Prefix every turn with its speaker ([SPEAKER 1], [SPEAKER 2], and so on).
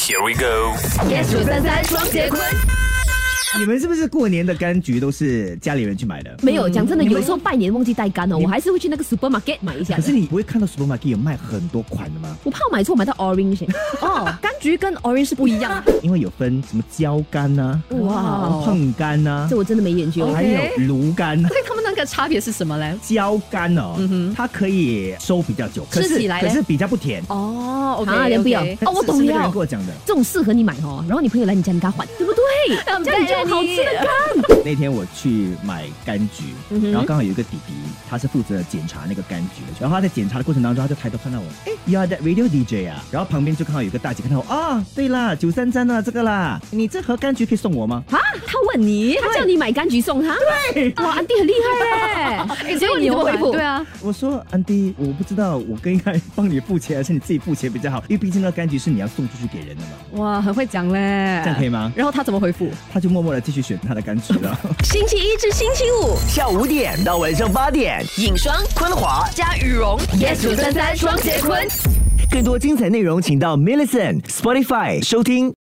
[SPEAKER 1] Here we go。
[SPEAKER 2] yes 九三三双节棍，
[SPEAKER 3] 你们是不是过年的柑橘都是家里人去买的？
[SPEAKER 2] 没有讲真的，有时候拜年忘记带干哦，我还是会去那个 supermarket 买一下
[SPEAKER 3] 可
[SPEAKER 2] 的。
[SPEAKER 3] 是你不会看到 supermarket 有卖很多款的吗？
[SPEAKER 2] 我怕我买错，买到 orange 欸。
[SPEAKER 4] 哦，柑橘跟 orange 是不一样的。
[SPEAKER 3] 因为有分什么焦柑呐、
[SPEAKER 2] 哇，
[SPEAKER 3] 哦碰柑呐
[SPEAKER 2] 这、我真的没研究。
[SPEAKER 3] 还有芦柑、
[SPEAKER 4] 所以他们那个差别是什么嘞？
[SPEAKER 3] 焦柑哦，它可以收比较久，可
[SPEAKER 4] 吃
[SPEAKER 3] 是
[SPEAKER 4] 起来嘞
[SPEAKER 3] 可是比较不甜。
[SPEAKER 4] 哦，OK，
[SPEAKER 2] 啊连不要
[SPEAKER 4] OK
[SPEAKER 2] 哦我
[SPEAKER 3] 是
[SPEAKER 2] 懂
[SPEAKER 3] 是那
[SPEAKER 2] 了
[SPEAKER 3] 个人跟我讲的。
[SPEAKER 2] 这种适合你买哦，然后你朋友来你家，你给他还，对不对？
[SPEAKER 4] 哦
[SPEAKER 2] 这样你就有好吃的
[SPEAKER 3] 那天我去买柑橘，然后刚好有一个弟弟，他是负责检查那个柑橘的，然后他在检查的过程当中，他就抬头看到我，哎，You are that radio DJ 啊？然后旁边就看到有一个大姐看到我，啊，对啦，九三三啊，这个啦，你这盒柑橘可以送我吗？
[SPEAKER 2] 啊！他问你，他叫你买柑橘送他，对，哇，安迪很厉 害
[SPEAKER 4] 哎
[SPEAKER 2] 耶！所以你怎么回复？
[SPEAKER 4] 对，啊，
[SPEAKER 3] 我说，安迪，我不知道，我更应该帮你付钱，还是你自己付钱比较好？因为毕竟那柑橘是你要送出去给人的嘛，
[SPEAKER 4] 哇，很会讲嘞，
[SPEAKER 3] 这样可以 吗？
[SPEAKER 4] 然后他怎么回复？
[SPEAKER 3] 他就默默的继续选他的柑橘了。
[SPEAKER 5] 星期一至星期五，
[SPEAKER 6] 下午五点到晚上八点，
[SPEAKER 5] 影双
[SPEAKER 6] 昆华。
[SPEAKER 5] 加羽绒。
[SPEAKER 2] yes 九三三双节棍。
[SPEAKER 6] 更多精彩内容，请到 Millison Spotify 收听。